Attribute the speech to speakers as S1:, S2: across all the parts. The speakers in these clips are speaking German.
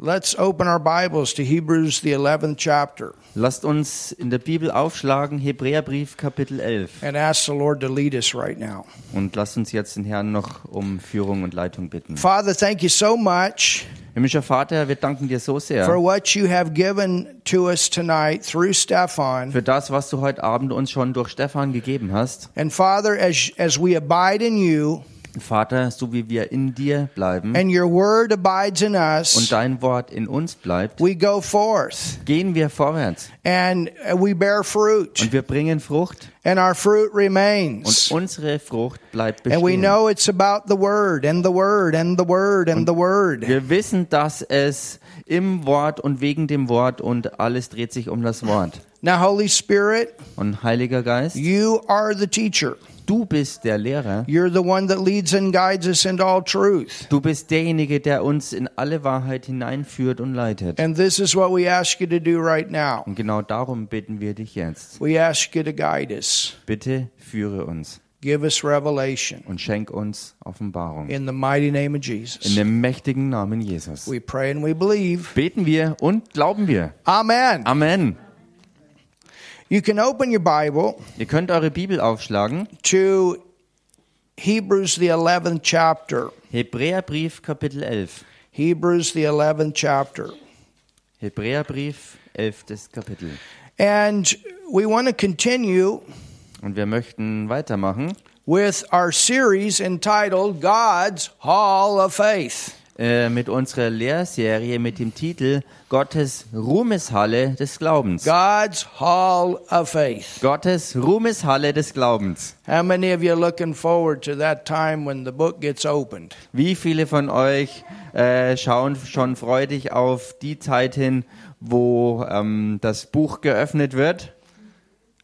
S1: Let's open our Bibles to Hebrews, the 11th chapter,
S2: Lasst uns in der Bibel aufschlagen, Hebräerbrief Kapitel 11.
S1: and ask the Lord to lead us right now.
S2: Und lasst uns jetzt den Herrn noch um Führung und Leitung bitten.
S1: Father, thank you so much
S2: Himmlischer Vater, wir danken dir so
S1: for
S2: sehr
S1: what you have given to us tonight through Stefan.
S2: für das, was du heute Abend uns schon durch Stefan gegeben hast.
S1: And Father, as, as we abide in you
S2: Vater, so wie wir in dir bleiben
S1: and your word abides in
S2: und
S1: us,
S2: dein Wort in uns bleibt,
S1: we go forth
S2: gehen wir vorwärts
S1: and we bear fruit,
S2: und wir bringen Frucht
S1: and our fruit
S2: und
S1: remains.
S2: unsere Frucht bleibt
S1: And we
S2: bestehen.
S1: know it's about the word and the word and the word and the word.
S2: Wir wissen, dass es im Wort und wegen dem Wort und alles dreht sich um das Wort.
S1: Now, Holy Spirit,
S2: Und Heiliger Geist,
S1: you are the teacher.
S2: du bist der Lehrer.
S1: You're the one that leads and guides us into all truth.
S2: Du bist derjenige, der uns in alle Wahrheit hineinführt und leitet.
S1: And this is what we ask you to do right now.
S2: Und genau darum bitten wir dich jetzt.
S1: We ask you to guide us,
S2: Bitte führe uns
S1: give us revelation.
S2: und schenk uns Offenbarung.
S1: In the mighty name of
S2: In
S1: Jesus,
S2: dem mächtigen Namen Jesus.
S1: we pray and we believe.
S2: Beten wir und glauben wir.
S1: Amen.
S2: Amen.
S1: You can open your Bible
S2: Ihr könnt eure Bibel aufschlagen.
S1: to Hebrews, the 11th chapter.
S2: Hebräerbrief Kapitel 11.
S1: Hebrews, the 11th chapter.
S2: Hebräerbrief 11. Kapitel.
S1: And we want to continue
S2: Und wir möchten weitermachen
S1: with our series entitled God's Hall of Faith.
S2: äh, mit unserer Lehrserie mit dem Titel Gottes Ruhmeshalle des Glaubens.
S1: God's Hall of Faith.
S2: Gottes Ruhmeshalle des Glaubens.
S1: How many of you are looking forward to that time when the book gets opened?
S2: Wie viele von euch äh, schauen schon freudig auf die Zeit hin, wo ähm, das Buch geöffnet wird?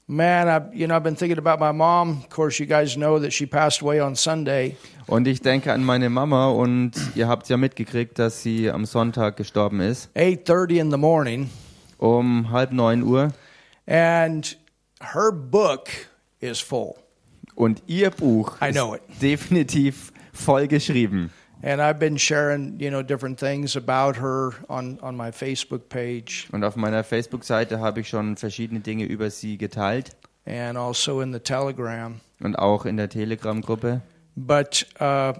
S1: Man, I, you know, I've been thinking about my mom. Of course, you guys know that she passed away on Sunday.
S2: Und ich denke an meine Mama und ihr habt ja mitgekriegt, dass sie am Sonntag gestorben ist,
S1: 8:30 in the morning
S2: um halb neun Uhr.
S1: and her book is full
S2: Und ihr Buch
S1: I know it.
S2: ist definitiv voll geschrieben.
S1: and i've been sharing you know different things about her on on my facebook page
S2: Und auf meiner Facebook-Seite habe ich schon verschiedene Dinge über sie geteilt
S1: and also in the telegram
S2: und auch in der Telegram-Gruppe.
S1: but uh,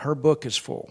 S1: her book is full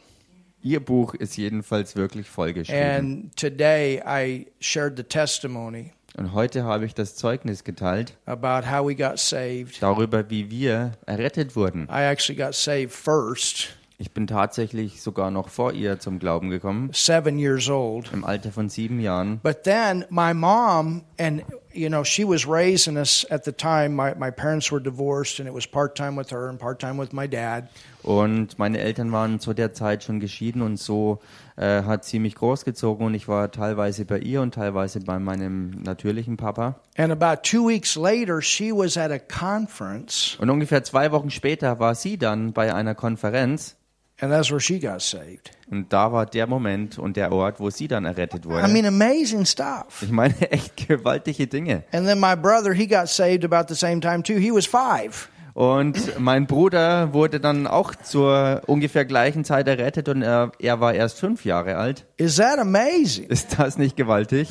S2: Ihr Buch ist jedenfalls wirklich vollgeschrieben.
S1: and today i shared the testimony
S2: Und heute habe ich das Zeugnis geteilt
S1: about how we got saved
S2: darüber, wie wir errettet wurden.
S1: i actually got saved first
S2: Ich bin tatsächlich sogar noch vor ihr zum Glauben gekommen,
S1: seven years old
S2: im Alter von sieben Jahren.
S1: But then my mom, and you know, she was raising us at the time. My, my parents were divorced, and it was part time with her and part time with my dad.
S2: Und meine Eltern waren zu der Zeit schon geschieden und so äh, hat sie mich großgezogen und ich war teilweise bei ihr und teilweise bei meinem natürlichen Papa.
S1: And about two weeks later, she was at a conference,
S2: Und ungefähr zwei Wochen später war sie dann bei einer Konferenz
S1: and that's where she got saved.
S2: und da war der Moment und der Ort, wo sie dann errettet
S1: I
S2: wurde.
S1: mean, amazing stuff.
S2: Ich meine, echt gewaltige Dinge.
S1: And then my brother, he got saved about the same time too. He was five.
S2: Und mein Bruder wurde dann auch zur ungefähr gleichen Zeit errettet und er, er war erst fünf Jahre alt.
S1: Is that amazing?
S2: Ist das nicht gewaltig?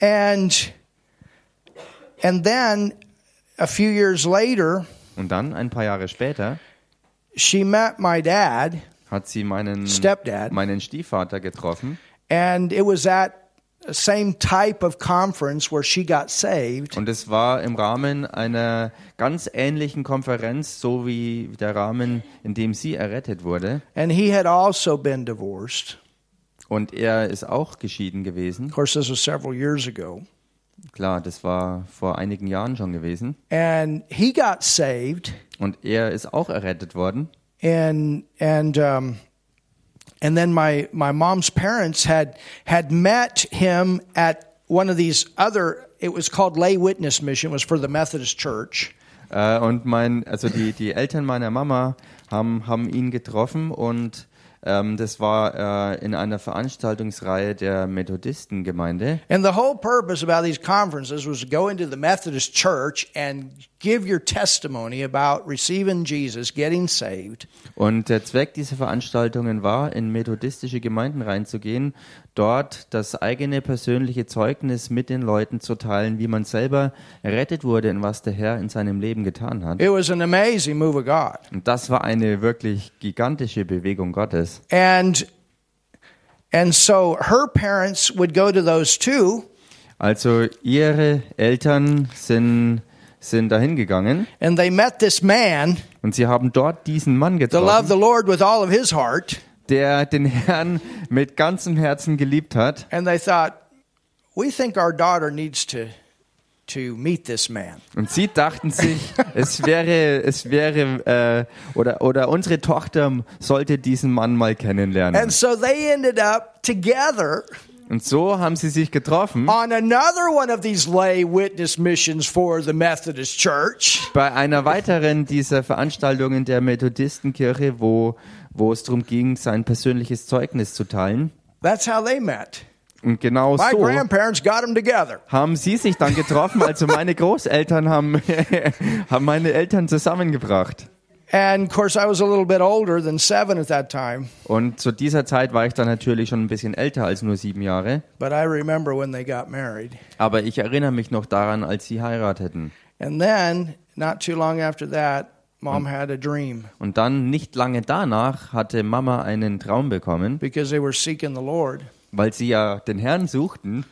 S1: And and then a few years later,
S2: Und dann, ein paar Jahre später,
S1: she met my dad,
S2: hat sie meinen,
S1: stepdad.
S2: meinen Stiefvater getroffen.
S1: And it was that same type of conference where she got saved.
S2: Und es war im Rahmen einer ganz ähnlichen Konferenz, so wie der Rahmen, in dem sie errettet wurde.
S1: And he had also been divorced.
S2: Und er ist auch geschieden
S1: Of
S2: gewesen.
S1: course, this was several years ago.
S2: Klar, das war vor einigen Jahren schon gewesen.
S1: And he got saved.
S2: Und er ist auch errettet worden.
S1: And, and, um, and then my, my mom's parents had, had met him at one of these other, it was called Lay Witness Mission, it was for the Methodist Church.
S2: Äh, und mein, also die, die Eltern meiner Mama haben, haben ihn getroffen und Ähm, das war äh, in einer Veranstaltungsreihe der Methodistengemeinde.
S1: And the whole purpose about these conferences was to go into the Methodist church and give your testimony about receiving Jesus, getting saved.
S2: Und der Zweck dieser Veranstaltungen war, in methodistische Gemeinden reinzugehen, dort das eigene persönliche Zeugnis mit den Leuten zu teilen, wie man selber errettet wurde und was der Herr in seinem Leben getan hat.
S1: It was an amazing move of God.
S2: Und das war eine wirklich gigantische Bewegung Gottes.
S1: And and so her parents would go to those too,
S2: Also ihre Eltern sind, sind dahin gegangen
S1: and they met this man
S2: und sie haben dort diesen Mann
S1: that loved
S2: getroffen,
S1: the Lord with all of his heart,
S2: der den Herrn mit ganzem Herzen geliebt hat.
S1: and they thought, we think our daughter needs to to meet this man.
S2: Und sie dachten sich, es wäre, es wäre, äh, oder, oder unsere Tochter sollte diesen Mann mal kennenlernen.
S1: And so they ended up together
S2: Und so haben sie sich getroffen
S1: on another one of these lay witness missions for the Methodist Church.
S2: bei einer weiteren dieser Veranstaltungen der Methodistenkirche, wo, wo es darum ging, sein persönliches Zeugnis zu teilen.
S1: That's how they met.
S2: Und genau
S1: My
S2: so
S1: grandparents got them together.
S2: haben sie sich dann getroffen. Also meine Großeltern haben, haben meine Eltern zusammengebracht.
S1: And of course, I was a little bit older than seven at that time,
S2: Und zu dieser Zeit war ich dann natürlich schon ein bisschen älter als nur sieben Jahre.
S1: but I remember when they got married.
S2: Aber ich erinnere mich noch daran, als sie heirateten.
S1: And then, not too long after that, mom had a dream
S2: Und dann, nicht lange danach, hatte Mama einen Traum bekommen,
S1: because they were seeking the Lord
S2: weil sie ja den Herrn suchten,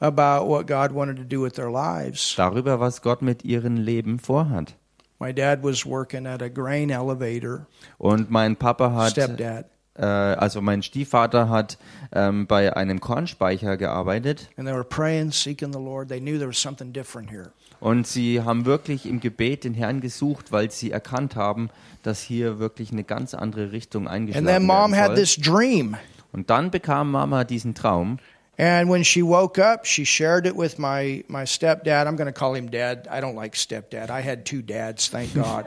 S1: about what God wanted to do with their lives.
S2: darüber, was Gott mit ihrem Leben vorhat.
S1: My dad was working at a grain elevator,
S2: Und mein Papa hat, äh,
S1: stepdad,
S2: also mein Stiefvater hat ähm, bei einem Kornspeicher gearbeitet
S1: and they were praying, seeking the Lord. They knew there was something different here.
S2: und sie haben wirklich im Gebet den Herrn gesucht, weil sie erkannt haben, dass hier wirklich eine ganz andere Richtung
S1: And
S2: eingeschlagen
S1: then mom had
S2: werden soll.
S1: this dream.
S2: Und dann bekam Mama diesen Traum
S1: And when she woke up, she shared it with my, my stepdad. I'm going to call him dad. I don't like stepdad. I had two dads, thank God.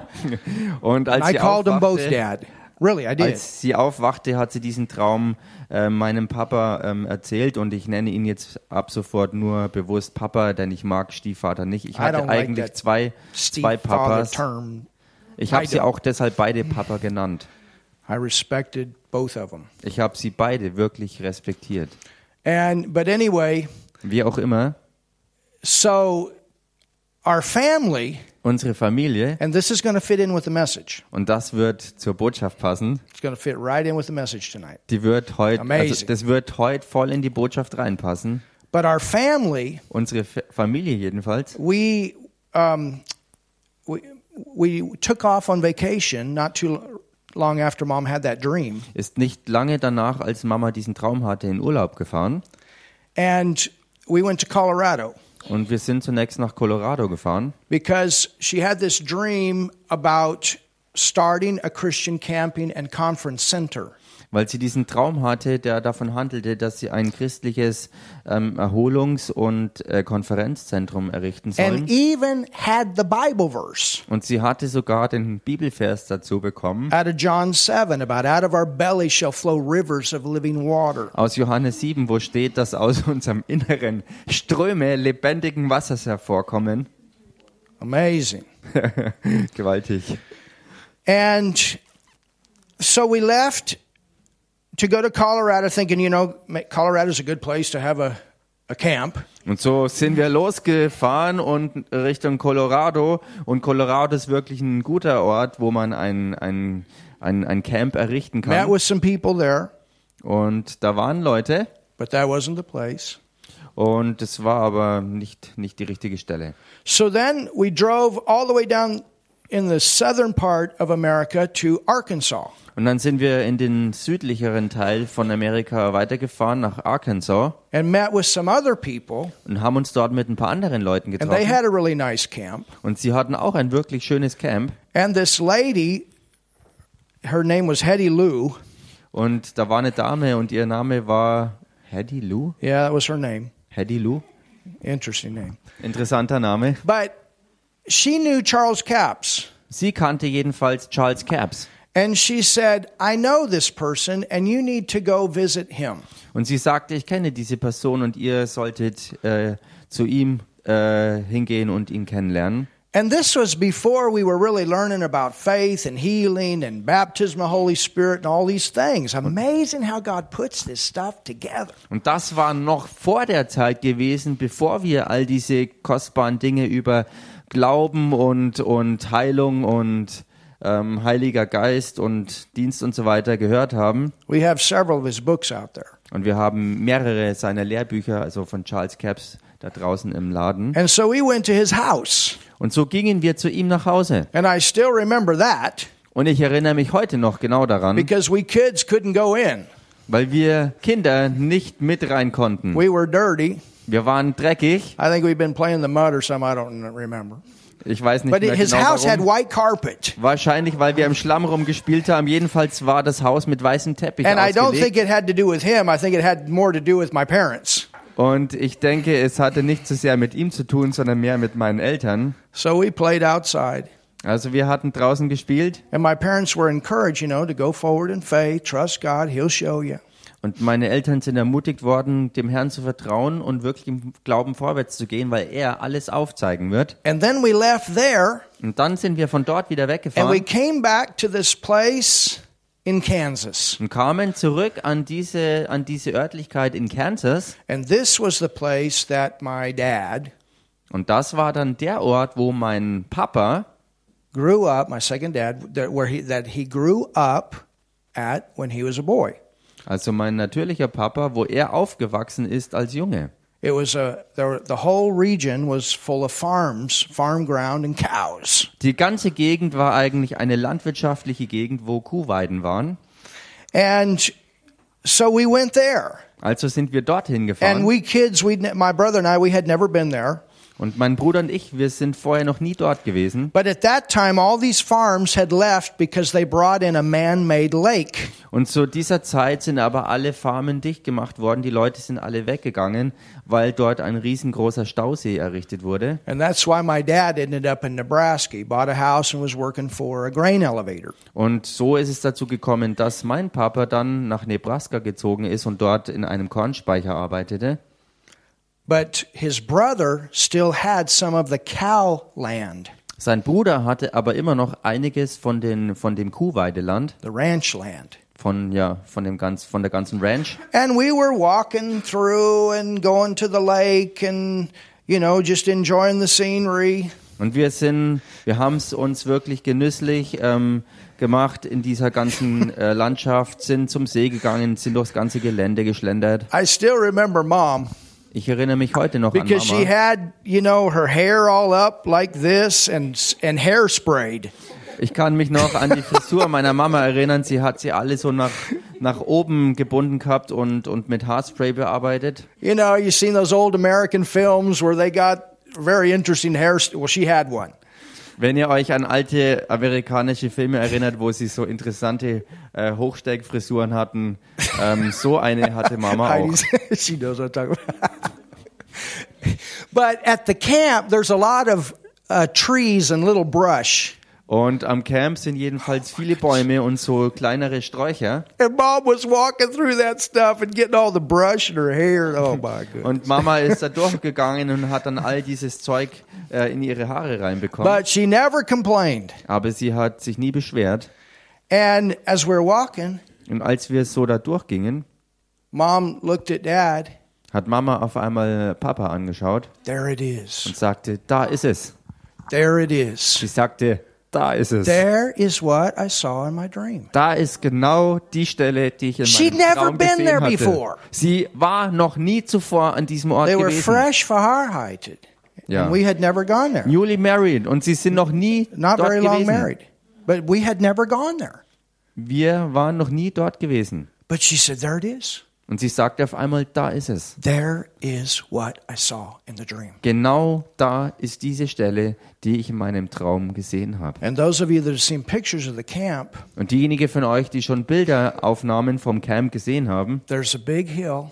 S2: und als
S1: I
S2: sie
S1: called them both
S2: aufwachte,
S1: dad. Really, I did.
S2: Als sie aufwachte, hat sie diesen Traum äh, meinem Papa ähm, erzählt und ich nenne ihn jetzt ab sofort nur bewusst Papa, denn ich mag Stiefvater nicht. Ich
S1: I don't
S2: hatte
S1: like
S2: eigentlich
S1: that
S2: zwei, zwei
S1: Steve father
S2: Papas.
S1: term.
S2: Ich
S1: I
S2: habe sie
S1: don't.
S2: auch deshalb beide Papa genannt.
S1: I respected both of them.
S2: Ich habe sie beide wirklich respektiert.
S1: And but anyway,
S2: Wie auch immer,
S1: so our family,
S2: unsere Familie,
S1: and this is going to fit in with the message.
S2: und das wird zur Botschaft passen,
S1: It's going to fit right in with the message tonight.
S2: die wird heute, also
S1: Amazing.
S2: das wird heute voll in die Botschaft reinpassen.
S1: But our family,
S2: Unsere F Familie jedenfalls.
S1: we um, we we took off on vacation not too l- long after mom had that dream.
S2: Ist nicht lange danach, als Mama diesen Traum hatte, in Urlaub gefahren.
S1: And we went to Colorado
S2: Und wir sind zunächst nach Colorado gefahren,
S1: because she had this dream about starting a Christian camping and conference center.
S2: weil sie diesen Traum hatte, der davon handelte, dass sie ein christliches ähm, Erholungs- und äh, Konferenzzentrum errichten
S1: And
S2: sollen.
S1: even had the Bible verse
S2: Und sie hatte sogar den Bibelvers dazu bekommen
S1: out of John 7 about out of our belly shall flow rivers of living water.
S2: aus Johannes 7, wo steht, dass aus unserem Inneren Ströme lebendigen Wassers hervorkommen.
S1: Amazing.
S2: Gewaltig.
S1: And so we left to go to Colorado thinking, you know, ma- Colorado's a good place to have a, a camp.
S2: Und so sind wir losgefahren und Richtung Colorado. Und Colorado ist wirklich ein guter Ort, wo man ein, ein, ein, ein Camp errichten
S1: Met
S2: kann.
S1: with some people there,
S2: Und da waren Leute
S1: but that wasn't the place.
S2: und es war aber nicht, nicht die richtige Stelle.
S1: So then we drove all the way down in the southern part of America to Arkansas.
S2: Und dann sind wir in den südlicheren Teil von Amerika weitergefahren nach Arkansas
S1: and met with some other people,
S2: und haben uns dort mit ein paar anderen Leuten
S1: and they
S2: getroffen.
S1: had a really nice camp.
S2: Und sie hatten auch ein wirklich schönes Camp.
S1: And this lady, her name was Hetty Lou.
S2: Und da war eine Dame und ihr Name war Hedy Lou.
S1: Yeah, that was her name.
S2: Hedy Lou.
S1: Interesting name.
S2: Interessanter Name.
S1: But she knew Charles Capps,
S2: Sie kannte jedenfalls Charles Capps.
S1: And she said, I know this person, and you need to go visit him.
S2: Und sie sagte, ich kenne diese Person und ihr solltet äh, zu ihm äh, hingehen und ihn kennenlernen.
S1: And this was before we were really learning about faith and healing and baptism of the Holy Spirit and all these things. Amazing how God puts this stuff together.
S2: Und das war noch vor der Zeit gewesen, bevor wir all diese kostbaren Dinge über Glauben und, und Heilung und ähm, Heiliger Geist und Dienst und so weiter gehört haben.
S1: We have several of his books out there.
S2: Und wir haben mehrere seiner Lehrbücher, also von Charles Capps, da draußen im Laden.
S1: And so we went to his house.
S2: Und so gingen wir zu ihm nach Hause.
S1: And I still remember that
S2: Und ich erinnere mich heute noch genau daran,
S1: because we kids couldn't go in.
S2: weil wir Kinder nicht mit rein konnten.
S1: We were dirty.
S2: Wir waren dreckig.
S1: I think we'd been playing the mud or something. I don't remember.
S2: Ich weiß nicht
S1: But
S2: mehr
S1: his
S2: genau
S1: house had
S2: warum.
S1: white carpet.
S2: Wahrscheinlich, weil wir im Schlamm rumgespielt haben. Jedenfalls war das Haus mit weißem Teppich
S1: And I don't think
S2: ausgelegt.
S1: it had to do with him. I think it had more to do with my parents.
S2: Und ich denke, es hatte nicht so sehr mit ihm zu tun, sondern mehr mit meinen Eltern.
S1: So we played outside.
S2: Also wir hatten draußen gespielt
S1: And my parents were encouraged, you know, to go forward in faith, trust God, He'll show you.
S2: und meine Eltern sind ermutigt worden, dem Herrn zu vertrauen und wirklich im Glauben vorwärts zu gehen, weil er alles aufzeigen wird.
S1: And then we left there
S2: Und dann sind wir von dort wieder
S1: and we
S2: weggefahren
S1: came back to this place in Kansas.
S2: und kamen zurück an diese, an diese Örtlichkeit in Kansas.
S1: And this was the place that my dad
S2: Und das war dann der Ort, wo mein Papa,
S1: grew up, my second dad, that, where he, that he grew up at when he was a boy.
S2: also mein natürlicher Papa, wo er aufgewachsen ist als Junge.
S1: It was a, there, were- the whole region was full of farms, farm ground, and cows.
S2: Die ganze Gegend war eigentlich eine landwirtschaftliche Gegend, wo Kuhweiden waren.
S1: And so we went there.
S2: Also sind wir dorthin
S1: And
S2: gefahren.
S1: we kids, we my brother and I, we had never been there.
S2: Und mein Bruder und ich, wir sind vorher noch nie dort gewesen.
S1: But at that time, all these farms had left because they brought in a man made lake.
S2: Und zu dieser Zeit sind aber alle Farmen dicht gemacht worden. Die Leute sind alle weggegangen, weil dort ein riesengroßer Stausee errichtet wurde.
S1: And that's why my dad ended up in Nebraska. He bought a house and was working for a grain elevator.
S2: Und so ist es dazu gekommen, dass mein Papa dann nach Nebraska gezogen ist und dort in einem Kornspeicher arbeitete.
S1: But his brother still had some of the cow land,
S2: Sein Bruder hatte aber immer noch einiges von, den, von dem Kuhweideland,
S1: the ranch land.
S2: von, ja, von, dem ganz, von der ganzen Ranch.
S1: And we were walking through and going to the lake and, you know, just enjoying the scenery.
S2: Und wir sind, wir haben es uns wirklich genüsslich ähm, gemacht in dieser ganzen äh, Landschaft, sind zum See gegangen, sind durchs ganze Gelände geschlendert.
S1: I still remember mom
S2: Ich erinnere mich heute noch an
S1: because she
S2: Mama.
S1: had, you know, her hair all up like this and and hairsprayed.
S2: Ich kann mich noch an die Frisur meiner Mama erinnern. Sie hat sie alle so nach, nach oben gebunden gehabt und, und mit Haarspray bearbeitet.
S1: You know, you've seen those old American films where they got very interesting hair. Well, she had one.
S2: Wenn ihr euch an alte amerikanische Filme erinnert, wo sie so interessante äh, Hochsteckfrisuren hatten, ähm, so eine hatte Mama auch.
S1: Heidi's, she knows what I'm talking about. but at the camp, there's a lot of uh, trees and little brush.
S2: Und am Camp sind jedenfalls viele Bäume und so kleinere Sträucher.
S1: And mom was walking through that stuff and getting all the brush in her hair. Oh my goodness.
S2: Und Mama ist da durchgegangen und hat dann all dieses Zeug äh, in ihre Haare reinbekommen.
S1: But she never complained.
S2: Aber sie hat sich nie beschwert.
S1: And as we're walking,
S2: Und als wir so da durchgingen,
S1: mom looked at dad.
S2: hat Mama auf einmal Papa angeschaut
S1: There it is.
S2: und sagte, da ist es.
S1: There it is.
S2: Sie sagte, da ist es.
S1: There is what I saw in my dream.
S2: Da ist genau die Stelle, die ich in
S1: She'd
S2: meinem
S1: never
S2: Traum
S1: been
S2: gesehen
S1: there
S2: hatte.
S1: before.
S2: Sie war noch nie zuvor an diesem Ort
S1: They were
S2: gewesen.
S1: fresh verheiratet.
S2: Yeah.
S1: And we had never gone there.
S2: Newly married und sie sind noch nie
S1: Not
S2: dort
S1: very long
S2: gewesen.
S1: married. But we had never gone there.
S2: Wir waren noch nie dort gewesen.
S1: But she said, There it is.
S2: Und sie sagte auf einmal, da ist es.
S1: There is what I saw in the dream.
S2: Genau da ist diese Stelle, die ich in meinem Traum gesehen habe.
S1: And those of you that have seen pictures of the camp,
S2: Und diejenigen von euch, die schon Bilderaufnahmen vom Camp gesehen haben,
S1: there's a big hill,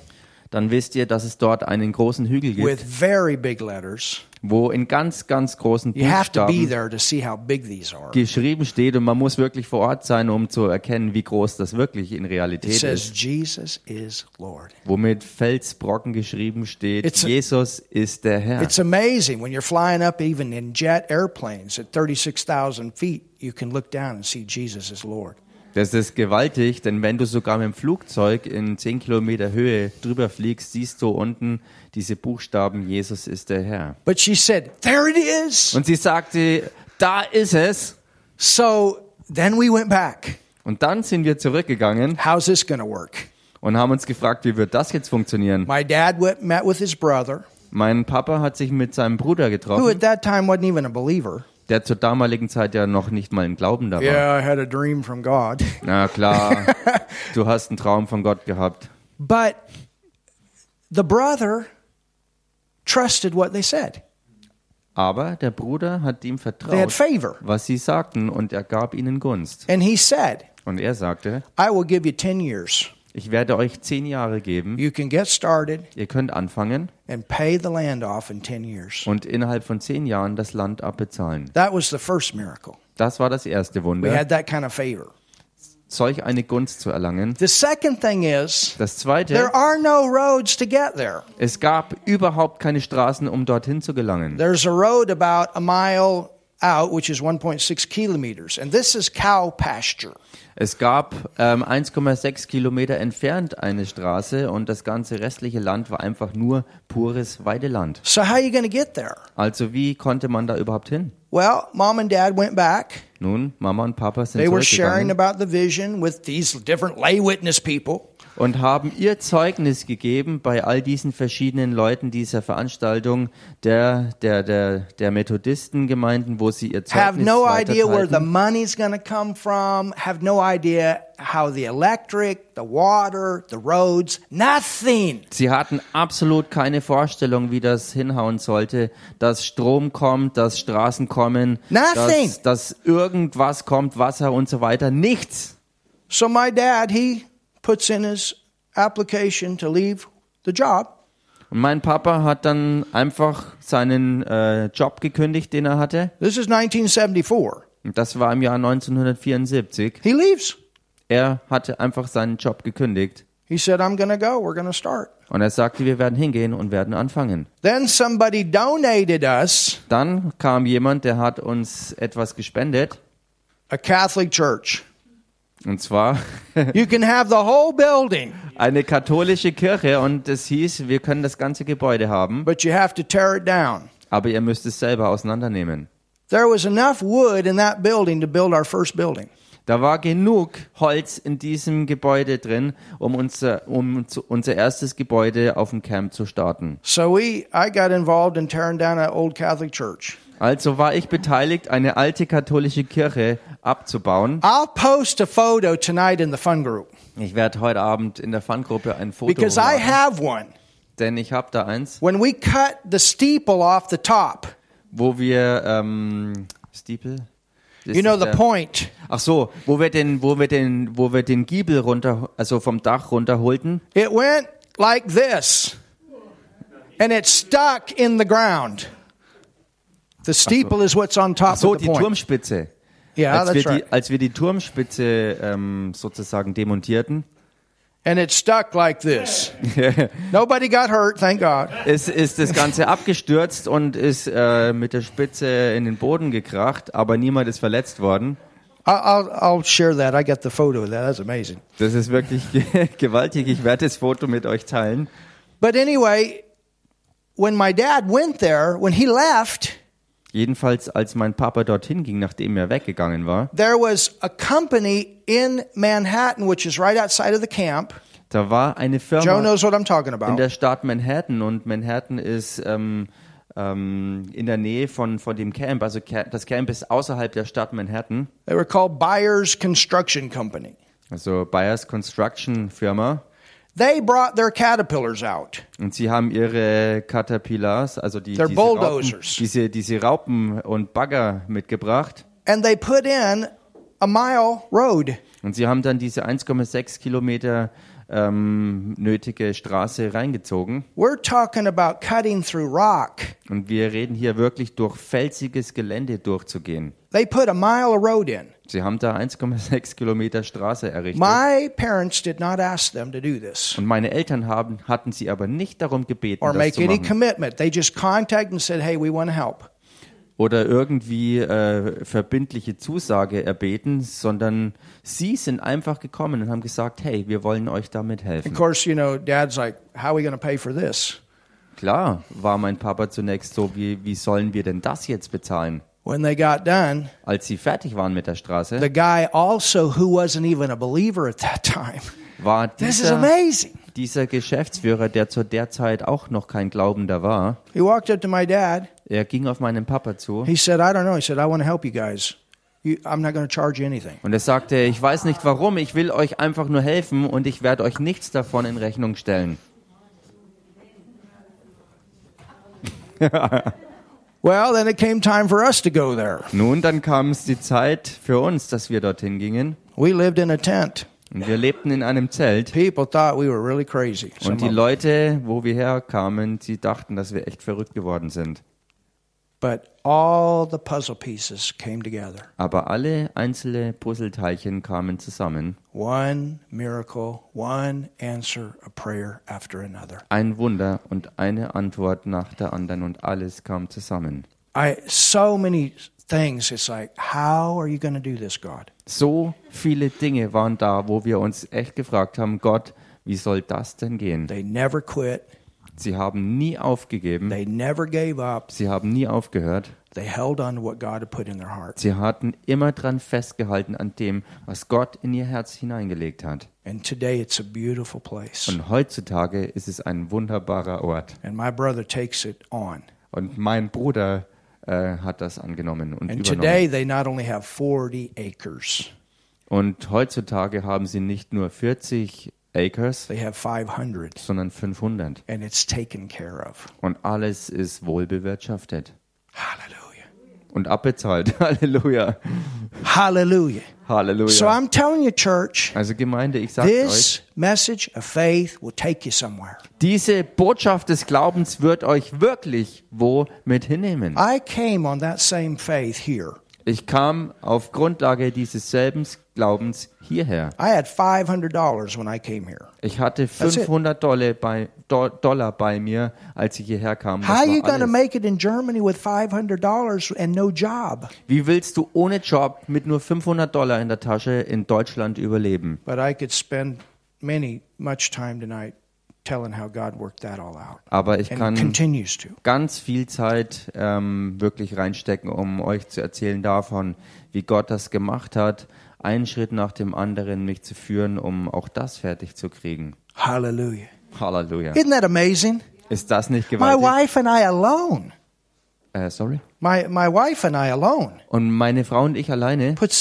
S2: dann wisst ihr, dass es dort einen großen Hügel
S1: with
S2: gibt,
S1: very big letters.
S2: wo in ganz, ganz großen
S1: You have to be
S2: Buchstaben
S1: there to see how big these are.
S2: geschrieben steht und man muss wirklich vor Ort sein, um zu erkennen, wie groß das wirklich in
S1: It
S2: Realität
S1: says
S2: ist.
S1: Jesus is Lord.
S2: Womit Felsbrocken geschrieben steht,
S1: It's a-
S2: Jesus ist der Herr.
S1: It's amazing when you're flying up even in jet airplanes at 36,000 feet, you can look down and see Jesus is Lord.
S2: Das ist gewaltig, denn wenn du sogar mit dem Flugzeug in 10 Kilometer Höhe drüber fliegst, siehst du unten diese Buchstaben, Jesus ist der Herr.
S1: But she said, There it is.
S2: Und sie sagte, da ist es.
S1: So then we went back.
S2: Und dann sind wir zurückgegangen
S1: How's this going to work?
S2: und haben uns gefragt, wie wird das jetzt funktionieren?
S1: My dad went, met with his brother,
S2: Mein Papa hat sich mit seinem Bruder
S1: who at
S2: getroffen,
S1: that time wasn't even a believer.
S2: der zur damaligen Zeit ja noch nicht mal im Glauben da war.
S1: Yeah, I had a dream from God.
S2: Na klar, du hast einen Traum von Gott gehabt.
S1: But the brother trusted what they said.
S2: Aber der Bruder hat ihm
S1: They had
S2: vertraut,
S1: favor.
S2: was sie sagten, und er gab ihnen Gunst.
S1: And he said,
S2: Und er sagte,
S1: I will give you 10 years.
S2: Ich werde euch zehn Jahre geben.
S1: You can get started
S2: Ihr könnt anfangen
S1: and pay the land off in 10 years.
S2: und innerhalb von zehn Jahren das Land abbezahlen.
S1: That was the first miracle.
S2: Das war das erste
S1: We
S2: Wunder,
S1: had that kind of favor.
S2: solch eine Gunst zu erlangen.
S1: The second thing is
S2: Das zweite,
S1: there are no roads to get there.
S2: es gab überhaupt keine Straßen, um dorthin zu gelangen.
S1: There's a road about a mile out, which is 1.6 kilometers, and this is cow pasture.
S2: Es gab ähm, 1,6 Kilometer entfernt eine Straße und das ganze restliche Land war einfach nur pures Weideland.
S1: So how are you going to get there?
S2: Also wie konnte man da überhaupt hin?
S1: Well, mom and dad went back.
S2: Nun, Mama und Papa sind
S1: They were sharing
S2: zurückgegangen
S1: about the vision with these different lay witness people.
S2: und haben ihr Zeugnis gegeben bei all diesen verschiedenen Leuten dieser Veranstaltung der, der, der, der Methodistengemeinden, wo sie ihr
S1: Have
S2: Zeugnis
S1: no idea where the
S2: weiterteilten.
S1: money's going to come from. Have no idea how the electric, the water, the roads, nothing.
S2: Sie hatten absolut keine Vorstellung, wie das hinhauen sollte, dass Strom kommt, dass Straßen kommen,
S1: Nothing.
S2: dass, dass irgendwas kommt, Wasser und so weiter. Nichts.
S1: So my dad, he puts in his application to leave the job.
S2: Und mein Papa hat dann einfach seinen äh, Job gekündigt, den er hatte.
S1: This is 1974.
S2: Und das war im Jahr 1974.
S1: He leaves.
S2: Er hatte einfach seinen Job gekündigt
S1: He said, I'm going to go. We're going to start.
S2: und er sagte, wir werden hingehen und werden anfangen.
S1: Then somebody donated us
S2: Dann kam jemand, der hat uns etwas gespendet
S1: a Catholic church.
S2: und zwar
S1: You can have the whole building,
S2: eine katholische Kirche und es hieß, wir können das ganze Gebäude haben,
S1: but you have to tear it down.
S2: aber ihr müsst es selber auseinandernehmen.
S1: There was enough wood in that building to build our first building.
S2: Da war genug Holz in diesem Gebäude drin, um unser, um zu- unser erstes Gebäude auf dem Camp zu starten.
S1: So we, I got involved in tearing down an old Catholic church.
S2: Also war ich beteiligt, eine alte katholische Kirche abzubauen.
S1: I'll post a photo tonight in the fun group
S2: Ich werde heute Abend in der Fangruppe ein Foto
S1: because I
S2: hochladen,
S1: have one.
S2: denn ich habe da eins,
S1: When we cut the steeple off the top,
S2: wo wir ähm, Stiepel. Das
S1: you know
S2: ist
S1: the
S2: der-
S1: point.
S2: Ach so, wo wir den, wo wir den, wo wir den Giebel runter, also vom Dach runterholten
S1: It went like this, and it stuck in the ground. The steeple is what's on top
S2: So
S1: of
S2: die
S1: the point.
S2: Turmspitze.
S1: Yeah,
S2: als, wir
S1: that's
S2: die,
S1: right.
S2: als wir die Turmspitze ähm, sozusagen demontierten,
S1: And it stuck like this. Nobody got hurt, thank God.
S2: ist, ist das Ganze abgestürzt und ist äh, mit der Spitze in den Boden gekracht, aber niemand ist verletzt worden.
S1: I- I'll, I'll share that. I got the photo of that. That's amazing.
S2: Das ist wirklich ge- gewaltig. Ich werde das Foto mit euch teilen.
S1: But anyway, when my dad went there, when he left,
S2: Jedenfalls, als mein Papa dorthin ging, nachdem er weggegangen war,
S1: there was a company in Manhattan, which is right outside of the camp.
S2: da war eine
S1: Joe
S2: Firma
S1: knows what I'm talking
S2: in
S1: about.
S2: der Stadt Manhattan und Manhattan ist ähm, ähm, in der Nähe von, von dem Camp. Also Ca- das Camp ist außerhalb der Stadt Manhattan,
S1: They were called Buyers Construction Company.
S2: also Byers Construction Firma.
S1: They brought their caterpillars out.
S2: Und sie haben ihre Caterpillars, also die,
S1: They're
S2: diese, Raupen,
S1: bulldozers.
S2: diese, diese Raupen und Bagger mitgebracht.
S1: and they put in a mile road.
S2: Und sie haben dann diese 1,6 Kilometer äh, ähm, nötige Straße reingezogen.
S1: We're talking about cutting through rock.
S2: Und wir reden hier wirklich durch felsiges Gelände durchzugehen.
S1: They put a mile of road in.
S2: Sie haben da 1,6 Kilometer Straße errichtet.
S1: My parents did not ask them to do this
S2: und meine Eltern haben, hatten sie aber nicht darum gebeten,
S1: or
S2: das
S1: make
S2: zu
S1: any
S2: machen.
S1: commitment. They just contacted and said, hey, we want to help.
S2: Oder irgendwie äh, verbindliche Zusage erbeten, sondern sie sind einfach gekommen und haben gesagt, hey, wir wollen euch damit
S1: Of
S2: helfen.
S1: course, you know, dad's like, how are we going to pay for this?
S2: Klar, war mein Papa zunächst so, wie, wie sollen wir denn das jetzt bezahlen?
S1: When they got done,
S2: Als sie fertig waren mit der Straße,
S1: the guy also, who wasn't even a believer at that time,
S2: war
S1: this is
S2: dieser,
S1: amazing.
S2: dieser Geschäftsführer, der zu der Zeit auch noch kein Glaubender war,
S1: He walked up to my dad.
S2: er ging auf meinen Papa zu
S1: He said, I don't know. He said, I want to help you guys. You, I'm not going to charge you anything.
S2: und er sagte, ich weiß nicht warum, ich will euch einfach nur helfen und ich werde euch nichts davon in Rechnung stellen.
S1: Well, then it came time for us to go there.
S2: Nun, dann kam es die Zeit für uns, dass wir dorthin gingen
S1: We lived in a tent.
S2: und wir lebten in einem Zelt
S1: People thought we were really crazy. Some
S2: und die
S1: of-
S2: Leute, wo wir herkamen, sie dachten, dass wir echt verrückt geworden sind.
S1: but all the puzzle pieces came together.
S2: Aber alle einzelne Puzzleteilchen kamen zusammen.
S1: One miracle, one answer, a prayer after another.
S2: Ein Wunder und eine Antwort nach der anderen und alles kam zusammen.
S1: I so many things. It's like, how are you going to do this, God?
S2: So viele Dinge waren da, wo wir uns echt gefragt haben, Gott, wie soll das denn gehen?
S1: They never quit.
S2: Sie haben nie aufgegeben,
S1: They never gave up.
S2: sie haben nie aufgehört,
S1: They held on to what God had put in their hearts
S2: sie hatten immer dran festgehalten an dem, was Gott in ihr Herz hineingelegt hat.
S1: And today it's a beautiful place.
S2: Und heutzutage ist es ein wunderbarer Ort.
S1: And my brother takes it on.
S2: Und mein Bruder äh, hat das angenommen und
S1: And
S2: übernommen.
S1: today they not only have 40 acres,
S2: Und heutzutage haben sie nicht nur 40 Acres,
S1: they have 500.
S2: sondern 500.
S1: And it's taken care of.
S2: Und alles ist wohl bewirtschaftet
S1: Hallelujah.
S2: und abbezahlt. Halleluja.
S1: Hallelujah.
S2: Halleluja.
S1: So I'm telling you, church,
S2: also Gemeinde, ich sage euch,
S1: this message of faith will take you somewhere.
S2: diese Botschaft des Glaubens wird euch wirklich wo mit hinnehmen.
S1: I came on that same faith here.
S2: Ich kam auf Grundlage dieses selben Glaubens hierher.
S1: I had $500 when I came here.
S2: Ich hatte
S1: it.
S2: 500 Dollar bei, Do Dollar bei mir, als ich hierher kam. Das
S1: How
S2: war
S1: are you going to
S2: alles.
S1: make it in Germany with $500 and no job?
S2: Wie willst du ohne Job mit nur 500 Dollar in der Tasche in Deutschland überleben?
S1: But I could spend many, much time tonight telling how God worked that all out
S2: Aber ich
S1: and
S2: kann
S1: continues to.
S2: ganz viel Zeit ähm, wirklich reinstecken, um euch zu erzählen davon, wie Gott das gemacht hat, einen Schritt nach dem anderen mich zu führen, um auch das fertig zu kriegen.
S1: Hallelujah.
S2: Halleluja.
S1: Isn't that amazing?
S2: Ist das nicht
S1: My
S2: gewaltig?
S1: wife and I alone,
S2: Äh, sorry.
S1: my, my wife and I alone
S2: Und meine Frau und ich alleine
S1: put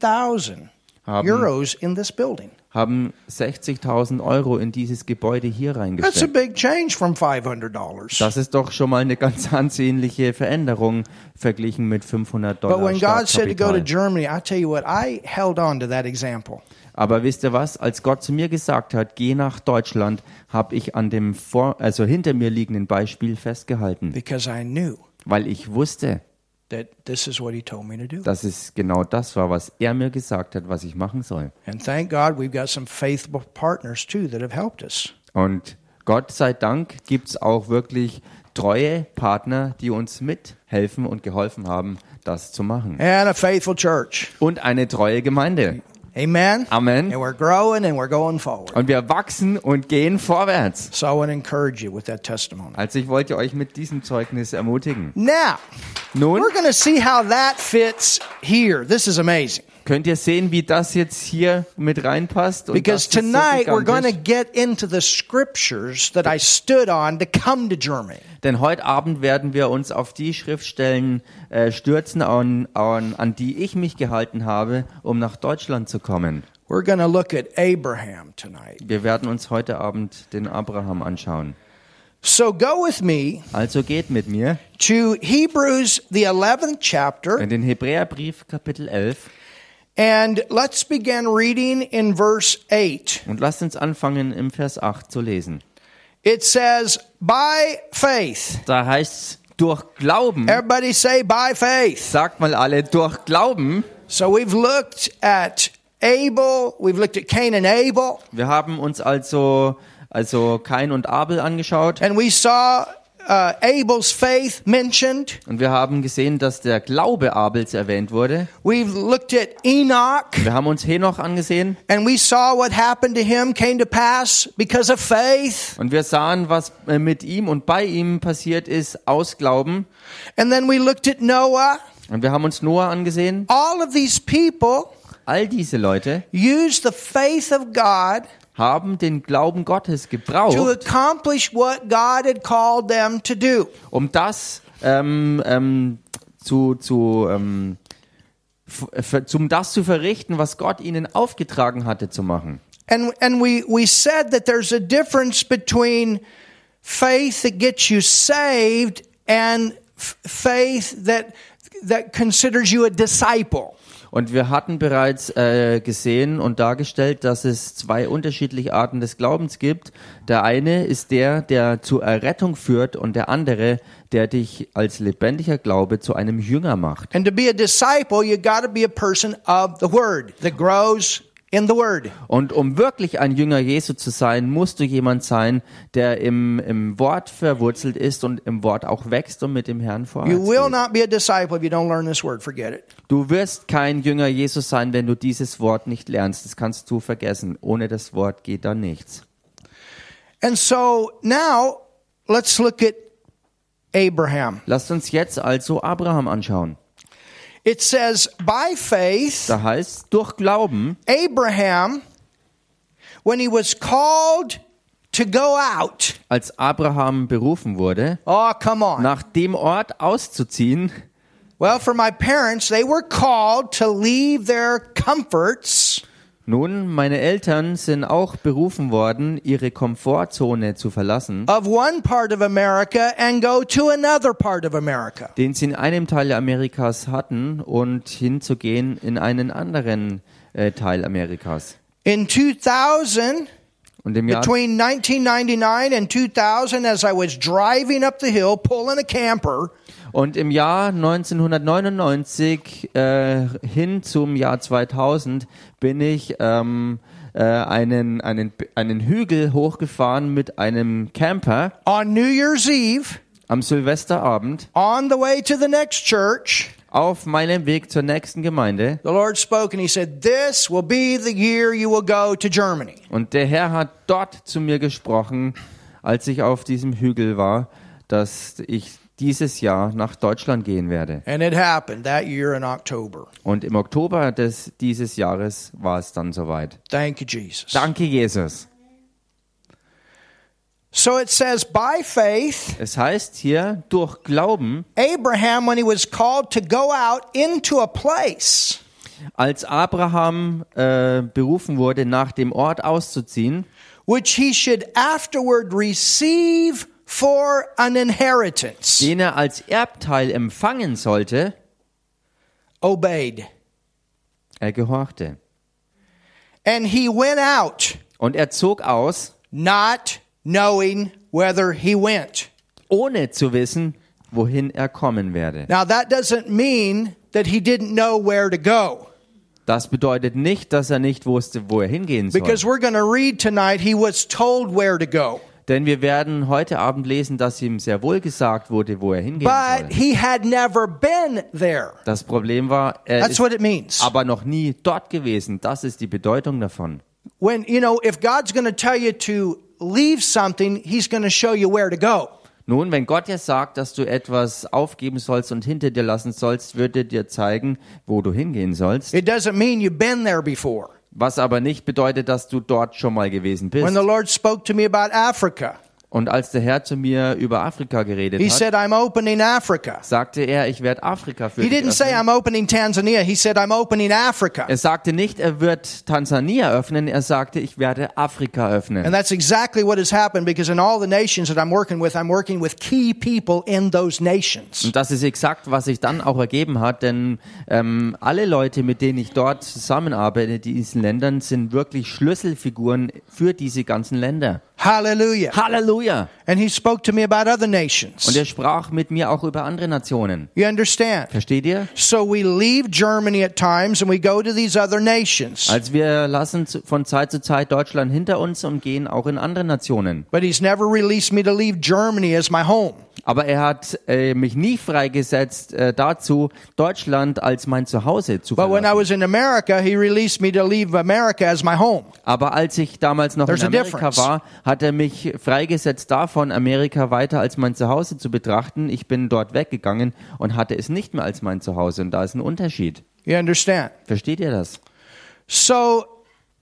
S1: 60,000 Um,
S2: Haben-
S1: euros in this building.
S2: haben 60.000 Euro in dieses Gebäude hier
S1: That's a
S2: reingesteckt.
S1: big change from $500.
S2: Das ist doch schon mal eine ganz ansehnliche Veränderung verglichen mit 500 Dollar.
S1: But when God said to go to
S2: Startkapital.
S1: Germany, I tell you what, I held on to that example.
S2: Aber wisst ihr was? Als Gott zu mir gesagt hat, geh nach Deutschland, habe ich an dem vor, also hinter mir liegenden Beispiel festgehalten,
S1: because I knew
S2: weil ich wusste,
S1: that this is what he told me to do.
S2: dass es genau das war, was er mir gesagt hat, was ich machen soll.
S1: And thank God we've got some faithful partners too that have helped us.
S2: Und Gott sei Dank gibt es auch wirklich treue Partner, die uns mithelfen und geholfen haben, das zu machen.
S1: And a faithful church.
S2: Und eine treue Gemeinde.
S1: Amen.
S2: Amen.
S1: And we're growing and we're going forward.
S2: Und wir wachsen und gehen vorwärts.
S1: So I want to encourage you with that testimony.
S2: Also ich wollte euch mit diesem Zeugnis ermutigen.
S1: Now,
S2: Nun
S1: we're going to see how that fits here. This is amazing.
S2: Könnt ihr sehen, wie das jetzt hier mit reinpasst? Und
S1: Because
S2: das ist so
S1: tonight we're going to
S2: gigantisch.
S1: get into the scriptures that I stood on to come to Germany.
S2: Denn heute Abend werden wir uns auf die Schriftstellen äh, stürzen, an, an, an die ich mich gehalten habe, um nach Deutschland zu kommen.
S1: We're going to look at Abraham tonight.
S2: Wir werden uns heute Abend den Abraham anschauen.
S1: So go with me
S2: Also geht mit mir
S1: to Hebrews, the 11th chapter.
S2: in den Hebräerbrief Kapitel 11
S1: And let's begin reading in verse 8.
S2: Und lasst uns anfangen, im Vers 8 zu lesen.
S1: It says, by faith.
S2: Da heißt es, durch Glauben,
S1: Everybody say, by faith.
S2: sagt mal alle, durch Glauben.
S1: So we've looked at Abel, we've looked at Cain and Abel,
S2: Wir haben uns also, also Kain und Abel angeschaut
S1: and we saw uh, Abel's faith mentioned.
S2: und wir haben gesehen, dass der Glaube Abels erwähnt wurde.
S1: We've looked at Enoch,
S2: Wir haben uns Henoch angesehen
S1: and we saw what happened to him came to pass because of faith.
S2: und wir sahen, was äh, mit ihm und bei ihm passiert ist aus Glauben.
S1: And then we looked at Noah.
S2: Und wir haben uns Noah angesehen.
S1: All of these people
S2: All diese Leute
S1: used the faith of God
S2: haben den Glauben Gottes
S1: to
S2: gebraucht,
S1: accomplish what God had called them to do.
S2: um das ähm, ähm, zu, zu ähm, f- f- zum das zu verrichten, was Gott ihnen aufgetragen hatte zu machen.
S1: And and we we said that there's a difference between faith that gets you saved and f- faith that that considers you a disciple.
S2: Und wir hatten bereits äh, gesehen und dargestellt, dass es zwei unterschiedliche Arten des Glaubens gibt. Der eine ist der, der zur Errettung führt und der andere, der dich als lebendiger Glaube zu einem Jünger macht.
S1: And to be a disciple, you got to be a person of the word that grows in the word.
S2: Und um wirklich ein Jünger Jesu zu sein, musst du jemand sein, der im, im Wort verwurzelt ist und im Wort auch wächst und mit dem Herrn
S1: You
S2: vorwärts
S1: will
S2: geht.
S1: not be a disciple if you don't learn this word. Forget it.
S2: Du wirst kein Jünger Jesu sein, wenn du dieses Wort nicht lernst. Das kannst du vergessen. Ohne das Wort geht da nichts.
S1: And so now let's look at Abraham.
S2: Lasst uns jetzt also Abraham anschauen.
S1: It says, by faith,
S2: Da heißt, durch Glauben
S1: Abraham, when he was called to go out,
S2: als Abraham berufen wurde,
S1: oh, come on.
S2: nach dem Ort auszuziehen,
S1: Well, for my parents, they were called to leave their comforts
S2: nun, meine Eltern sind auch berufen worden, ihre Komfortzone zu verlassen.
S1: of one part of America and go to another part of America.
S2: den sie in einem Teil Amerikas hatten und hinzugehen in einen anderen äh, Teil Amerikas.
S1: In 2000,
S2: Und im Jahr,
S1: between 1999 and 2000, as I was driving up the hill pulling a camper,
S2: und im Jahr 1999 äh, hin zum Jahr 2000 bin ich ähm, äh, einen, einen, einen Hügel hochgefahren mit einem Camper
S1: on New Year's Eve,
S2: am Silvesterabend
S1: on the way to the next church,
S2: auf meinem Weg zur nächsten Gemeinde.
S1: The Lord spoke and he said, This will be the year you will go to Germany.
S2: Und der Herr hat dort zu mir gesprochen, als ich auf diesem Hügel war, dass ich dieses Jahr nach Deutschland gehen werde.
S1: And it happened that year in October.
S2: Und im Oktober des, dieses Jahres war es dann soweit.
S1: Thank you, Jesus.
S2: Danke, Jesus.
S1: So it says, By faith,
S2: Es heißt hier, durch Glauben,
S1: Abraham, when he was called to go out into a place,
S2: als Abraham äh, berufen wurde, nach dem Ort auszuziehen,
S1: which he should afterward receive for an inheritance,
S2: den er als Erbteil empfangen sollte,
S1: obeyed.
S2: er gehorchte.
S1: And he went out,
S2: Und er zog aus,
S1: not knowing whether he went.
S2: ohne zu wissen, wohin er kommen werde.
S1: Now, that doesn't mean that he didn't know where to go.
S2: Das bedeutet nicht, dass er nicht wusste, wo er hingehen soll.
S1: Because we're going to read tonight, he was told where to go.
S2: Denn wir werden heute Abend lesen, dass ihm sehr wohl gesagt wurde, wo er hingehen
S1: But
S2: soll.
S1: he had never been there.
S2: Das Problem war, er
S1: That's
S2: ist
S1: what it means.
S2: aber noch nie dort gewesen. Das ist die Bedeutung davon.
S1: When, you know, if God's going to tell you to leave something, he's going to show you where to go.
S2: Nun, wenn Gott dir sagt, dass du etwas aufgeben sollst und hinter dir lassen sollst, wird er dir zeigen, wo du hingehen sollst.
S1: It doesn't mean you've been there before.
S2: Was aber nicht bedeutet, dass du dort schon mal gewesen
S1: When
S2: bist.
S1: the Lord spoke to me about Africa,
S2: Und als der Herr zu mir über Afrika geredet
S1: He
S2: hat,
S1: said, I'm opening Africa.
S2: sagte er, ich werde Afrika für
S1: He
S2: dich
S1: didn't say,
S2: öffnen.
S1: I'm opening Tanzania. He said, I'm opening Africa.
S2: Er sagte nicht, er wird Tansania öffnen, er sagte, ich werde Afrika öffnen.
S1: And that's exactly what has happened because in all the nations that I'm working with, I'm working with key people in those nations.
S2: Und das ist exakt, was sich dann auch ergeben hat, denn ähm, alle Leute, mit denen ich dort zusammenarbeite, in diesen Ländern, sind wirklich Schlüsselfiguren für diese ganzen Länder.
S1: Hallelujah.
S2: Halleluja!
S1: And he spoke to me about other
S2: Und
S1: nations.
S2: er sprach mit mir auch über andere Nationen.
S1: You understand?
S2: Versteht ihr?
S1: So we leave Germany at times and we go to these other nations.
S2: Als Also wir lassen zu- von Zeit zu Zeit Deutschland hinter uns und gehen auch in andere Nationen.
S1: But he's never released me to leave Germany as my home.
S2: Aber er hat äh, mich nie freigesetzt äh, dazu, Deutschland als mein Zuhause zu
S1: But when I
S2: verlassen.
S1: was in America, he released me to leave America as my home.
S2: Aber als ich damals noch
S1: There's a
S2: in Amerika
S1: difference.
S2: war, hat er mich freigesetzt davon, Amerika weiter als mein Zuhause zu betrachten. Ich bin dort weggegangen und hatte es nicht mehr als mein Zuhause. Und da ist ein Unterschied.
S1: You understand?
S2: Versteht ihr das?
S1: So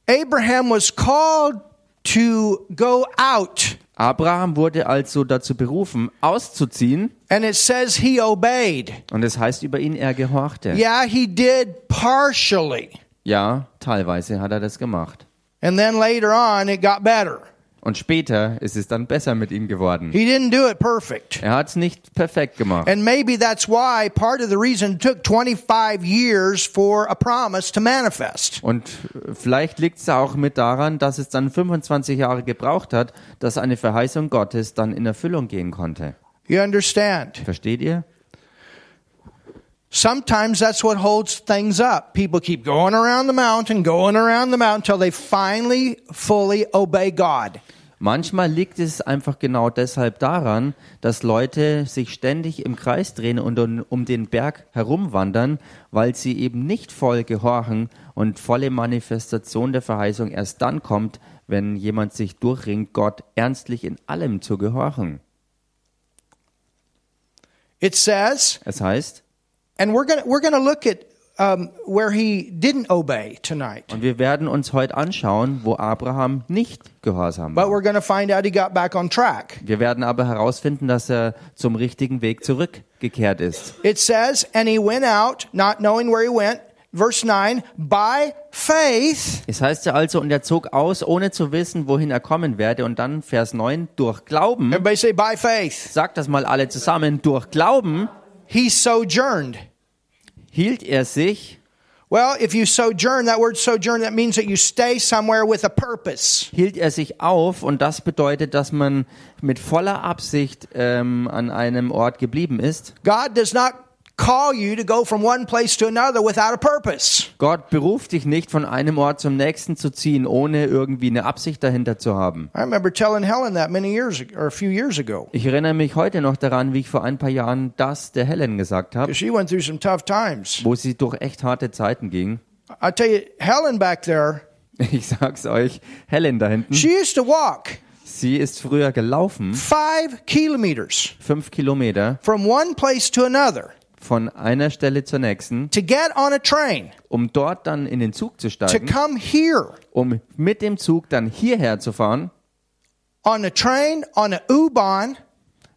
S1: Abraham was called to go out,
S2: Abraham wurde also dazu berufen, auszuziehen.
S1: and it says he obeyed.
S2: Und es heißt über ihn, er gehorchte.
S1: Yeah, he did partially.
S2: Ja, teilweise hat er das gemacht.
S1: And then later on, it got better.
S2: Und später ist es dann besser mit ihm geworden.
S1: He didn't do it perfect.
S2: Er hat es nicht perfekt gemacht.
S1: And maybe that's why part of the reason it took 25 years for a promise to manifest.
S2: Und vielleicht liegt es auch mit daran, dass es dann 25 Jahre gebraucht hat, dass eine Verheißung Gottes dann in Erfüllung gehen konnte.
S1: You understand?
S2: Versteht ihr?
S1: Sometimes that's what holds things up. People keep going around the mountain, going around the mountain until they finally fully obey God.
S2: Manchmal liegt es einfach genau deshalb daran, dass Leute sich ständig im Kreis drehen und um- um den Berg herumwandern, weil sie eben nicht voll gehorchen und volle Manifestation der Verheißung erst dann kommt, wenn jemand sich durchringt, Gott ernstlich in allem zu gehorchen.
S1: It says,
S2: Es heißt,
S1: and we're gonna we're gonna look at um, where he didn't obey tonight,
S2: und wir werden uns heute anschauen, wo Abraham nicht gehorsam
S1: but
S2: war.
S1: we're gonna find out he got back on track.
S2: Wir werden aber herausfinden, dass er zum richtigen Weg zurückgekehrt ist.
S1: It says, and he went out, not knowing where he went. Verse nine, by faith
S2: Es heißt ja also, und er zog aus, ohne zu wissen, wohin er kommen werde. Und dann Vers 9, durch Glauben,
S1: everybody say by faith.
S2: sagt das mal alle zusammen, durch Glauben
S1: He sojourned.
S2: hielt er sich,
S1: Well, if you sojourn, that word sojourn, that means that you stay somewhere with a purpose.
S2: hielt er sich auf. Und das bedeutet, dass man mit voller Absicht ähm, an einem Ort geblieben ist.
S1: God does not call you to go from one place to another without a purpose.
S2: Gott beruft dich nicht, von einem Ort zum nächsten zu ziehen, ohne irgendwie eine Absicht dahinter zu haben.
S1: I remember telling Helen that many years ago, or a few years ago.
S2: Ich erinnere mich heute noch daran, wie ich vor ein paar Jahren das der Helen gesagt habe,
S1: She went through some tough times.
S2: wo sie durch echt harte Zeiten ging.
S1: I tell you, Helen back there,
S2: Ich sag's euch, Helen da hinten.
S1: she used to walk
S2: Sie ist früher gelaufen,
S1: five kilometers
S2: fünf Kilometer
S1: from one place to another
S2: von einer Stelle zur nächsten,
S1: to get on a train
S2: um dort dann in den Zug zu
S1: to
S2: steigen,
S1: come here
S2: um mit dem Zug dann hierher zu fahren,
S1: on a train on a U-Bahn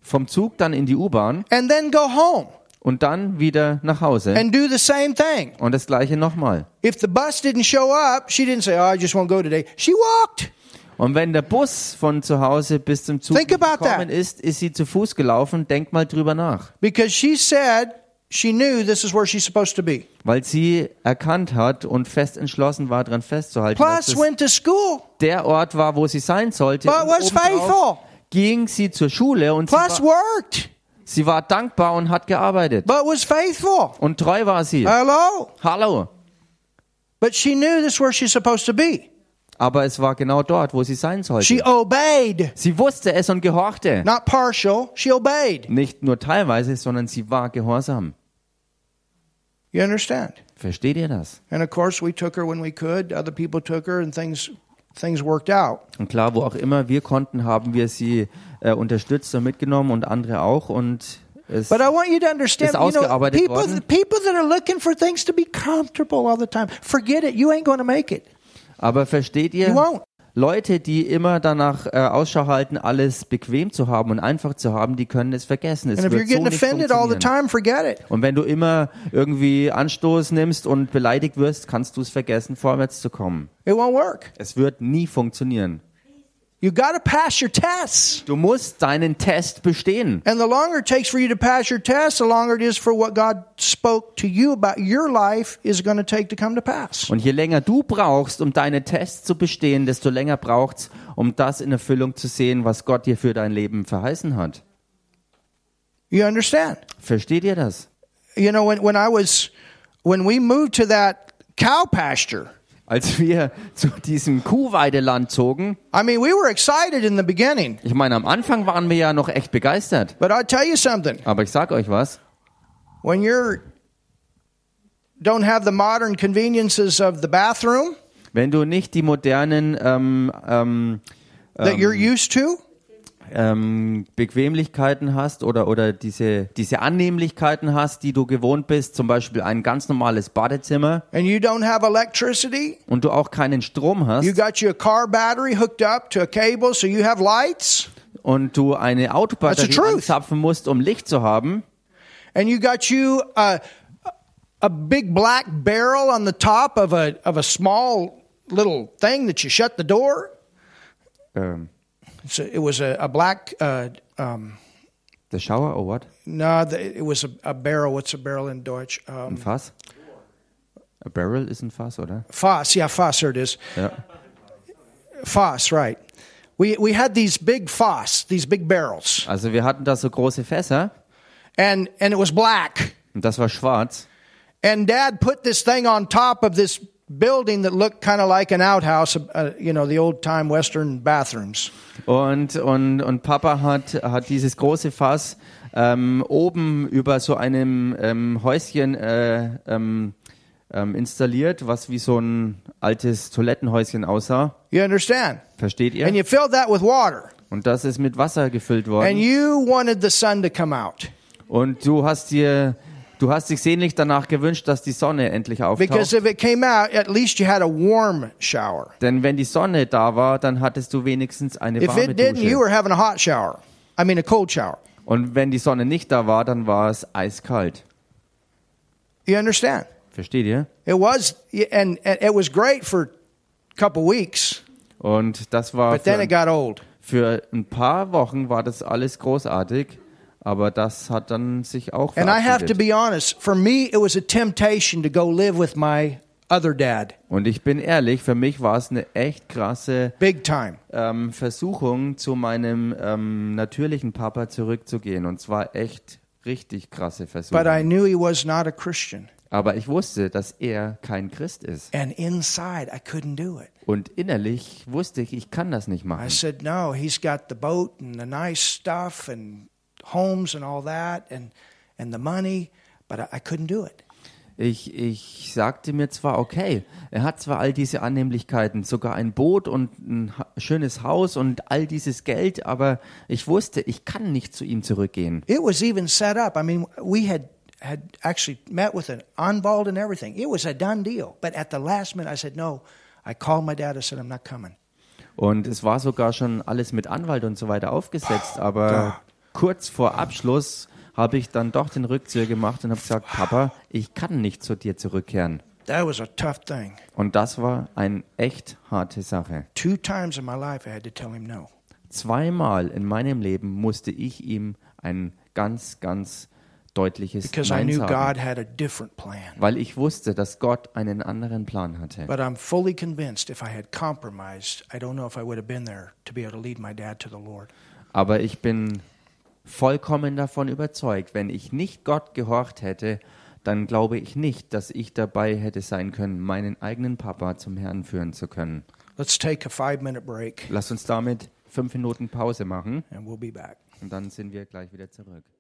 S2: vom Zug dann in die U-Bahn
S1: and then go home
S2: und dann wieder nach Hause
S1: and do the same thing.
S2: und das gleiche nochmal.
S1: If the bus didn't show up, she didn't say, "Oh, I just won't go today." She walked.
S2: Und wenn der Bus von zu Hause bis zum Zug
S1: Think about
S2: gekommen
S1: that.
S2: ist, ist sie zu Fuß gelaufen. Denk mal drüber nach,
S1: because she said she knew this is where she's supposed to be.
S2: weil sie erkannt hat und fest entschlossen war, daran festzuhalten, dass
S1: Plus,
S2: es
S1: went to school.
S2: der Ort war, wo sie sein sollte.
S1: But
S2: Und
S1: was
S2: obendrauf
S1: faithful.
S2: Ging sie zur Schule und sie
S1: Plus,
S2: war,
S1: worked,
S2: Sie war dankbar und hat gearbeitet.
S1: but was faithful.
S2: Und treu war sie.
S1: Äh. Hello.
S2: Hallo.
S1: But she knew this is where she's supposed to be.
S2: Aber es war genau dort, wo sie sein
S1: She
S2: sollte.
S1: obeyed,
S2: Sie wusste es und gehorchte.
S1: not partial. She obeyed.
S2: Nicht nur teilweise, sondern sie war gehorsam.
S1: You understand?
S2: Versteht ihr das?
S1: And of course, we took her when we could. Other people took her, and things things worked out.
S2: Und klar, wo auch immer wir konnten, haben wir sie äh, unterstützt und mitgenommen und andere auch. Und es,
S1: But I want you to understand,
S2: Ist
S1: you know,
S2: ausgearbeitet
S1: people
S2: worden.
S1: people that are looking for things to be comfortable all the time, forget it. You ain't going to make it.
S2: aber versteht
S1: You
S2: ihr,
S1: won't.
S2: Leute, die immer danach äh, Ausschau halten, alles bequem zu haben und einfach zu haben, die können es vergessen. Es
S1: And if you're
S2: wird so
S1: getting
S2: nicht
S1: offended all the
S2: funktionieren.
S1: time, forget it.
S2: Und wenn du immer irgendwie Anstoß nimmst und beleidigt wirst, kannst du es vergessen, vorwärts zu kommen.
S1: It won't work.
S2: Es wird nie funktionieren.
S1: You got to pass your tests.
S2: Du musst deinen Test bestehen.
S1: And the longer it takes for you to pass your test, the longer it is for what God spoke to you about your life is going to take to come to pass.
S2: Und je länger du brauchst, um deine Tests zu bestehen, desto länger braucht's, um das in Erfüllung zu sehen, was Gott dir für dein Leben verheißen hat.
S1: You understand?
S2: Versteht ihr das?
S1: You know, when, when I was, when we moved to that cow pasture,
S2: Als wir zu diesem Kuhweideland zogen,
S1: I mean, we were excited in the beginning,
S2: ich meine, am Anfang waren wir ja noch echt begeistert.
S1: but I'll tell you something.
S2: Aber ich sag euch was,
S1: When you're, don't have the modern conveniences of the bathroom
S2: wenn du nicht die modernen ähm, ähm,
S1: that you're used to,
S2: ähm, Bequemlichkeiten hast oder, oder diese, diese Annehmlichkeiten hast, die du gewohnt bist, zum Beispiel ein ganz normales Badezimmer
S1: and you don't have electricity,
S2: und du auch keinen Strom hast,
S1: you got you a car battery hooked up to a cable so you have lights.
S2: und du eine
S1: That's the
S2: Autobatterie
S1: truth.
S2: anzapfen musst, um Licht zu haben,
S1: and you got you a, a big black barrel on the top of a of a small little thing that you shut the door.
S2: ähm,
S1: It's a, it was a, a black. Uh, um,
S2: der Shower, oh what?
S1: no, the, it was a, a barrel. What's a barrel in Deutsch? Um,
S2: Ein Fass? A barrel ist ein Fass, oder?
S1: Foss. Yeah, Foss. There it is.
S2: Ja.
S1: Foss. Right. We we had these big Foss, these big barrels,
S2: Also wir hatten da so große Fässer
S1: and and it was black.
S2: und das war schwarz.
S1: And Dad put this thing on top of this building that looked kind of like an outhouse, uh, you know, the old time Western bathrooms.
S2: Und, und, und Papa hat, hat dieses große Fass ähm, oben über so einem ähm, Häuschen äh, ähm, ähm, installiert, was wie so ein altes Toilettenhäuschen aussah.
S1: You understand?
S2: Versteht
S1: and
S2: ihr?
S1: you filled that with water
S2: Und das ist mit Wasser gefüllt
S1: and
S2: worden.
S1: you wanted the sun to come out
S2: Und du hast dir, du hast dich sehnlich danach gewünscht, dass die Sonne endlich
S1: because
S2: auftaucht.
S1: if it came out at least you had a warm shower
S2: Denn wenn die Sonne da war, dann hattest du wenigstens eine
S1: if
S2: warme
S1: it didn't you
S2: Dusche.
S1: were having a hot shower i mean a cold shower
S2: Und wenn die Sonne nicht da war, dann war es eiskalt.
S1: you understand
S2: Versteht ihr?
S1: it was and, and it was great for a couple weeks
S2: Und das war
S1: but then it
S2: für,
S1: got old
S2: für ein paar Wochen war das alles großartig, aber das hat dann sich auch
S1: and i have to
S2: verabschiedet.
S1: be honest for me it was a temptation to go live with my other dad
S2: Und ich bin ehrlich, für mich war es eine echt krasse
S1: big time
S2: ähm, Versuchung, zu meinem ähm, natürlichen Papa zurückzugehen. Und zwar echt richtig krasse
S1: but i
S2: Versuchung.
S1: knew he was not a christian
S2: Aber ich wusste, dass er kein Christ ist.
S1: and inside i couldn't do it
S2: Und innerlich wusste ich, ich kann das nicht
S1: I
S2: machen.
S1: said, No, he's got the boat and the nice stuff and homes and all that and, and the money, but I, I couldn't do it.
S2: Ich, ich sagte mir zwar, okay, er hat zwar all diese Annehmlichkeiten, sogar ein Boot und ein ha- schönes Haus und all dieses Geld, aber ich wusste, ich kann nicht zu ihm zurückgehen.
S1: It was even set up. I mean, we had, had actually met with an Anwalt and everything. It was a done deal. But at the last minute, I said, No. I called my dad. I said, I'm not coming.
S2: Und es war sogar schon alles mit Anwalt und so weiter aufgesetzt, aber kurz vor Abschluss habe ich dann doch den Rückzieher gemacht und habe gesagt, Papa, ich kann nicht zu dir zurückkehren.
S1: That was a tough thing.
S2: Und das war eine echt harte Sache.
S1: Two times in my life, I had to tell him no.
S2: Zweimal in meinem Leben musste ich ihm ein ganz, ganz deutliches
S1: Because I
S2: Nein
S1: knew
S2: sagen,
S1: God had a different plan.
S2: weil ich wusste, dass Gott einen anderen Plan hatte.
S1: But I'm fully convinced if I had compromised, I don't know if I would have been there to be able to lead my dad to the Lord.
S2: Aber ich bin vollkommen davon überzeugt, wenn ich nicht Gott gehorcht hätte, dann glaube ich nicht, dass ich dabei hätte sein können, meinen eigenen Papa zum Herrn führen zu können.
S1: Let's take a five minute break
S2: Lasst uns damit fünf Minuten Pause machen
S1: and we'll be back.
S2: und dann sind wir gleich wieder zurück.